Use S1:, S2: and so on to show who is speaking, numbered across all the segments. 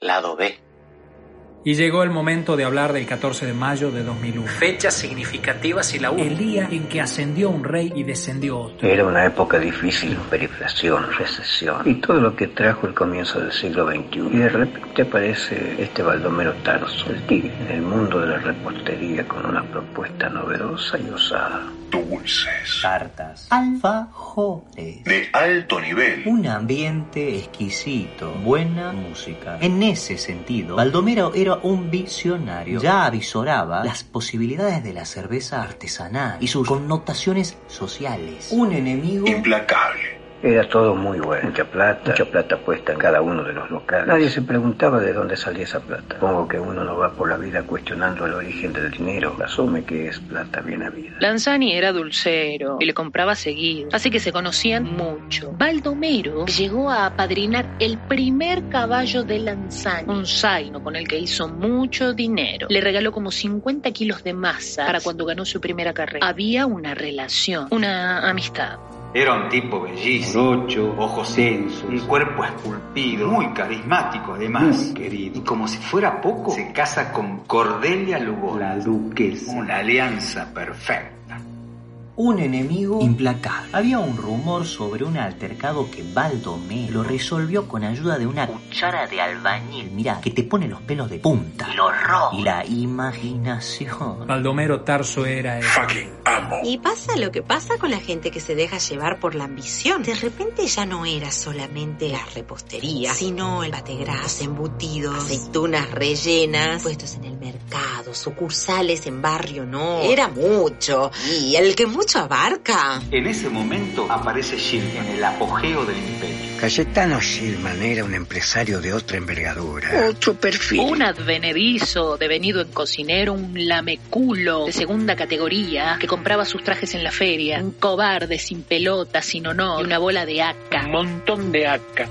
S1: Lado B.
S2: Y llegó el momento de hablar del 14 de mayo de 2001.
S3: Fechas significativas y la
S2: El día en que ascendió un rey y descendió otro.
S4: Era una época difícil, periflación, recesión y todo lo que trajo el comienzo del siglo XXI. Y de repente aparece este Baldomero Tarso, el tigre, en el mundo de la repostería con una propuesta novedosa y osada.
S5: dulces,
S6: Tartas. Alfajores.
S5: de alto nivel,
S6: Un ambiente exquisito, buena música. En ese sentido, Baldomero era un visionario. Ya avisoraba las posibilidades de la cerveza artesanal y sus connotaciones sociales. Un enemigo
S5: implacable,
S4: Era todo muy bueno, mucha plata, mucha plata puesta en cada uno de los locales. Nadie se preguntaba de dónde salía esa plata. Supongo que uno no va por la vida cuestionando el origen del dinero, asume que es plata bien habida.
S7: Lanzani era dulcero y le compraba seguido, así que se conocían mucho. Baldomero llegó a apadrinar el primer caballo de Lanzani, un zaino con el que hizo mucho dinero. Le regaló como 50 kilos de masa para cuando ganó su primera carrera. Había una relación, una amistad.
S8: Era un tipo bellísimo, morocho, ojos densos, un cuerpo esculpido, muy carismático además, querido. Y como si fuera poco, se casa con Cordelia Lugones, la duquesa, una alianza perfecta.
S6: Un enemigo implacable. Había un rumor sobre un altercado que Baldomero lo resolvió con ayuda de una cuchara de albañil. Mirá, que te pone los pelos de punta. Lo roba. Y la imaginación.
S2: Baldomero Tarso era el...
S5: fucking amo.
S9: Y pasa lo que pasa con la gente que se deja llevar por la ambición. De repente ya no era solamente las reposterías, sino el pategras, embutidos, aceitunas rellenas, puestos en el mercado, sucursales en barrio, no. Era mucho. Y el que mucho abarca.
S8: En ese momento aparece Gil en el apogeo del imperio.
S4: Cayetano Gilman era un empresario de otra envergadura. Otro perfil.
S7: Un advenedizo devenido en cocinero, un lameculo de segunda categoría que compraba sus trajes en la feria, un cobarde sin pelota, sin honor y una bola de aca.
S3: montón de acá.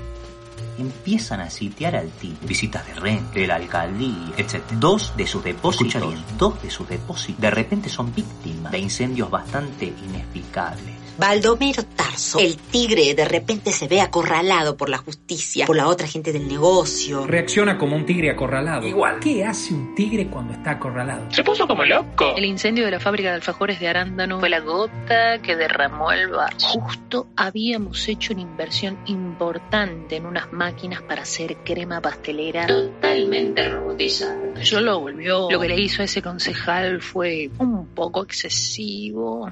S6: Empiezan a sitiar al tipo. Visitas de renta, de la alcaldía, etc. Dos de sus depósitos. Escucha bien, Dos de sus depósitos. De repente son víctimas de incendios bastante inexplicables.
S9: Baldomero Tarso, el tigre, de repente se ve acorralado por la justicia, por la otra gente del negocio.
S2: Reacciona como un tigre acorralado.
S3: Igual.
S2: ¿Qué hace un tigre cuando está acorralado?
S3: Se puso como loco.
S7: El incendio de la fábrica de alfajores de Arándano fue la gota que derramó el vaso. Justo habíamos hecho una inversión importante en unas máquinas para hacer crema pastelera totalmente robotizada. Yo lo volvió. Lo que le hizo a ese concejal fue un poco excesivo.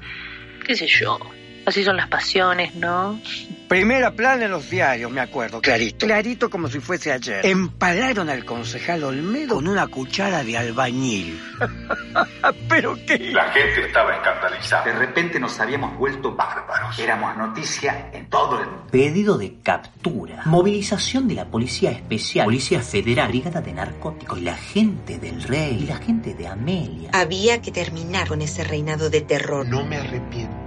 S7: ¿Qué sé yo? Así son las pasiones, ¿no?
S4: Primera plana en los diarios, me acuerdo. Clarito. Em- Clarito como si fuese ayer. Empalaron al concejal Olmedo con una cuchara de albañil. ¿Pero qué?
S5: La gente estaba
S8: De
S5: escandalizada.
S8: repente nos habíamos vuelto bárbaros. Éramos noticia en todo el mundo.
S6: Pedido de captura, movilización de la policía especial, policía federal, brigada de narcóticos, y la gente del rey, y la gente de Amelia.
S9: Había que terminar con ese reinado de terror.
S8: No me arrepiento.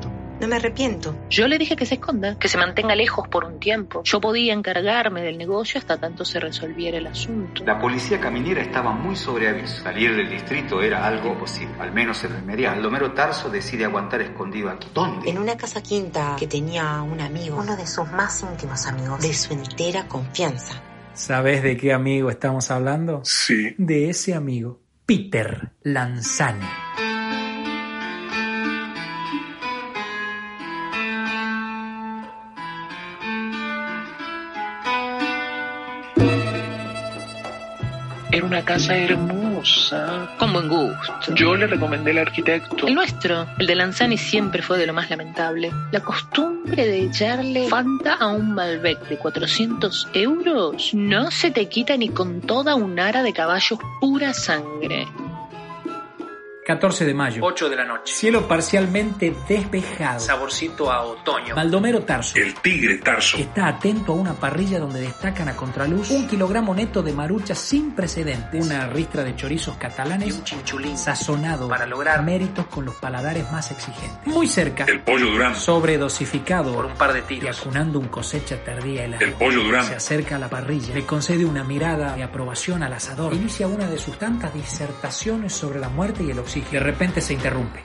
S9: No me arrepiento.
S7: Yo le dije que se esconda, que se mantenga lejos por un tiempo. Yo podía encargarme del negocio hasta tanto se resolviera el asunto.
S8: La policía caminera estaba muy sobre aviso. Salir del distrito era algo imposible, al menos en lo inmediato. Aldomero Tarso decide aguantar escondido aquí. ¿Dónde?
S9: En una casa quinta que tenía un amigo, uno de sus más íntimos amigos, de su entera confianza.
S2: ¿Sabes de qué amigo estamos hablando?
S5: Sí.
S2: De ese amigo, Peter Lanzani.
S3: Era una casa hermosa.
S7: Con buen gusto.
S3: Yo le recomendé al arquitecto.
S7: El nuestro, el de Lanzani, siempre fue de lo más lamentable. La costumbre de echarle Fanta a un Malbec de 400 euros no se te quita ni con toda un ara de caballos pura sangre.
S2: 14 de mayo.
S3: 8 de la noche.
S2: Cielo parcialmente despejado.
S3: Saborcito a otoño.
S2: Baldomero Tarso.
S5: El tigre Tarso.
S2: Está atento a una parrilla donde destacan a contraluz un kilogramo neto de marucha sin precedentes, una ristra de chorizos catalanes
S3: Y un chinchulín.
S2: sazonado
S3: Para lograr
S2: méritos con los paladares más exigentes. Muy cerca,
S5: El pollo Durán.
S2: sobredosificado
S3: Por un par de
S2: y
S3: tiros.
S2: acunando un cosecha tardía helada.
S5: El pollo Durán.
S2: Se acerca a la parrilla, le concede una mirada de aprobación al asador, inicia una de sus tantas disertaciones sobre la muerte y el oxígeno. De repente se interrumpe.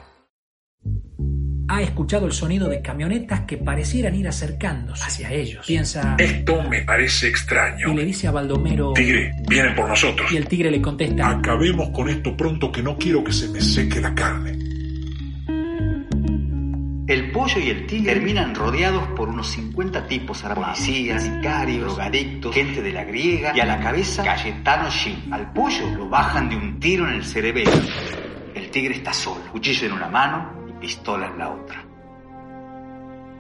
S2: ha escuchado el sonido de camionetas que parecieran ir acercándose hacia ellos. Piensa
S5: Esto me parece
S2: y
S5: extraño.
S2: le dice a Baldomero
S5: Tigre, vienen por nosotros.
S2: y el tigre le contesta.
S5: Acabemos con esto pronto que no quiero que se me seque la carne.
S8: El pollo y el tigre terminan rodeados por unos 50 tipos armados. Policías, sicarios, drogadictos, gente de la griega y a la cabeza Cayetano Shin. Al pollo lo bajan de un tiro en el cerebelo. El tigre está solo, cuchillo en una mano y pistola en la otra.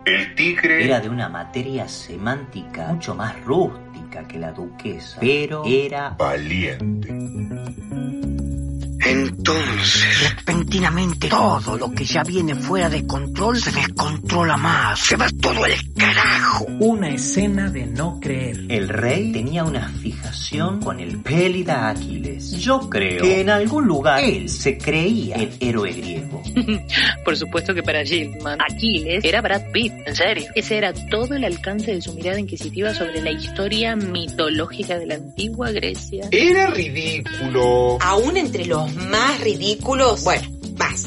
S5: El tigre...
S6: Era de una materia semántica mucho más rústica que la duquesa, pero era
S5: Valiente.
S1: Entonces, repentinamente, todo lo que ya viene fuera de control se descontrola más. Se va todo el carajo.
S2: Una escena de no creer.
S6: El rey tenía una fijación con el pélida Aquiles. Yo creo que en algún lugar él se creía el héroe griego.
S7: Por supuesto que para Gilman, Aquiles era Brad Pitt, en serio. Ese era todo el alcance de su mirada inquisitiva sobre la historia mitológica de la antigua Grecia.
S10: Era ridículo.
S9: Aún entre los más ridículos. Bueno, más.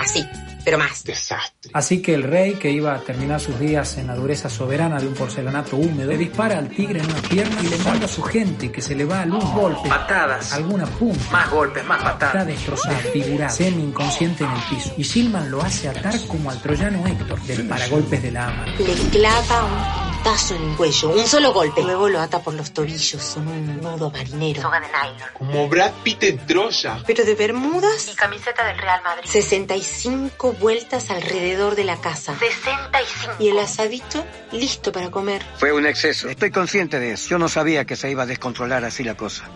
S9: Así, pero más.
S10: Desastre.
S2: Así que el rey, que iba a terminar sus días en la dureza soberana de un porcelanato húmedo, le dispara al tigre en una pierna y le manda a su gente que se le va a luz golpes,
S3: Oh, Patadas.
S2: alguna punta.
S3: Más golpes, más
S2: Está
S3: patadas.
S2: destrozado, figurado, semi-inconsciente en el piso. Y Silman lo hace atar como al troyano Héctor del paragolpes de la ama.
S9: Le clava un pintazo en el cuello, un solo golpe. Luego lo ata por los tobillos con un nudo marinero. Soga de nylon.
S10: Como Brad Pitt en Troya.
S9: Pero de Bermudas,
S11: camiseta del Real Madrid.
S9: 65 vueltas alrededor de la casa.
S11: 65.
S9: Y el asadito listo para comer.
S1: Fue un exceso. Estoy consciente de eso. Yo no sabía que se iba a descontrolar así la cosa.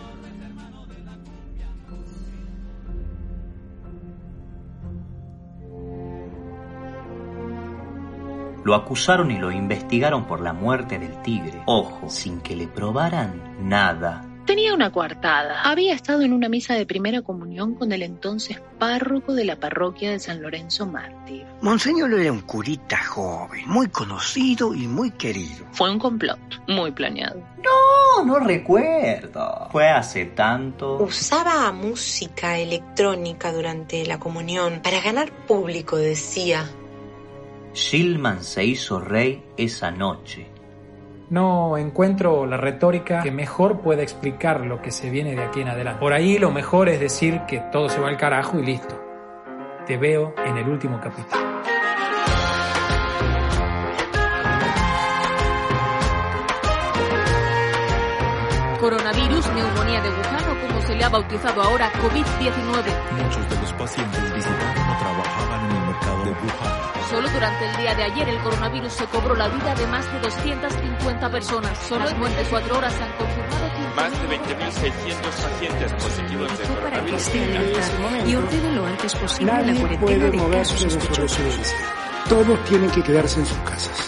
S6: Lo acusaron y lo investigaron por la muerte del tigre. Ojo, sin que le probaran nada.
S7: Tenía una coartada. Había estado en una misa de primera comunión con el entonces párroco de la parroquia de San Lorenzo Mártir.
S1: Monseñor era un curita joven, muy conocido y muy querido.
S7: Fue un complot muy planeado.
S6: No, no recuerdo. Fue hace tanto.
S9: Usaba música electrónica durante la comunión para ganar público, decía.
S6: Shilman se hizo rey esa noche.
S2: No encuentro la retórica que mejor pueda explicar lo que se viene de aquí en adelante. Por ahí lo mejor es decir que todo se va al carajo y listo. Te veo en el último capítulo.
S11: Coronavirus, neumonía de gusano, como se le ha bautizado ahora, COVID-19.
S12: Muchos de los pacientes visitaron o trabajaban en el mercado de Wuhan.
S11: Solo durante el día de ayer el coronavirus se cobró la vida de más de 250 personas. Solo en 24 horas se han confirmado que...
S12: Más de 20.600 pacientes positivos de coronavirus.
S11: y ordene lo antes posible
S12: Nadie
S11: la cuarentena de
S12: moverse
S11: casos
S12: de sus
S11: sospechosos.
S12: Todos tienen que quedarse en sus casas.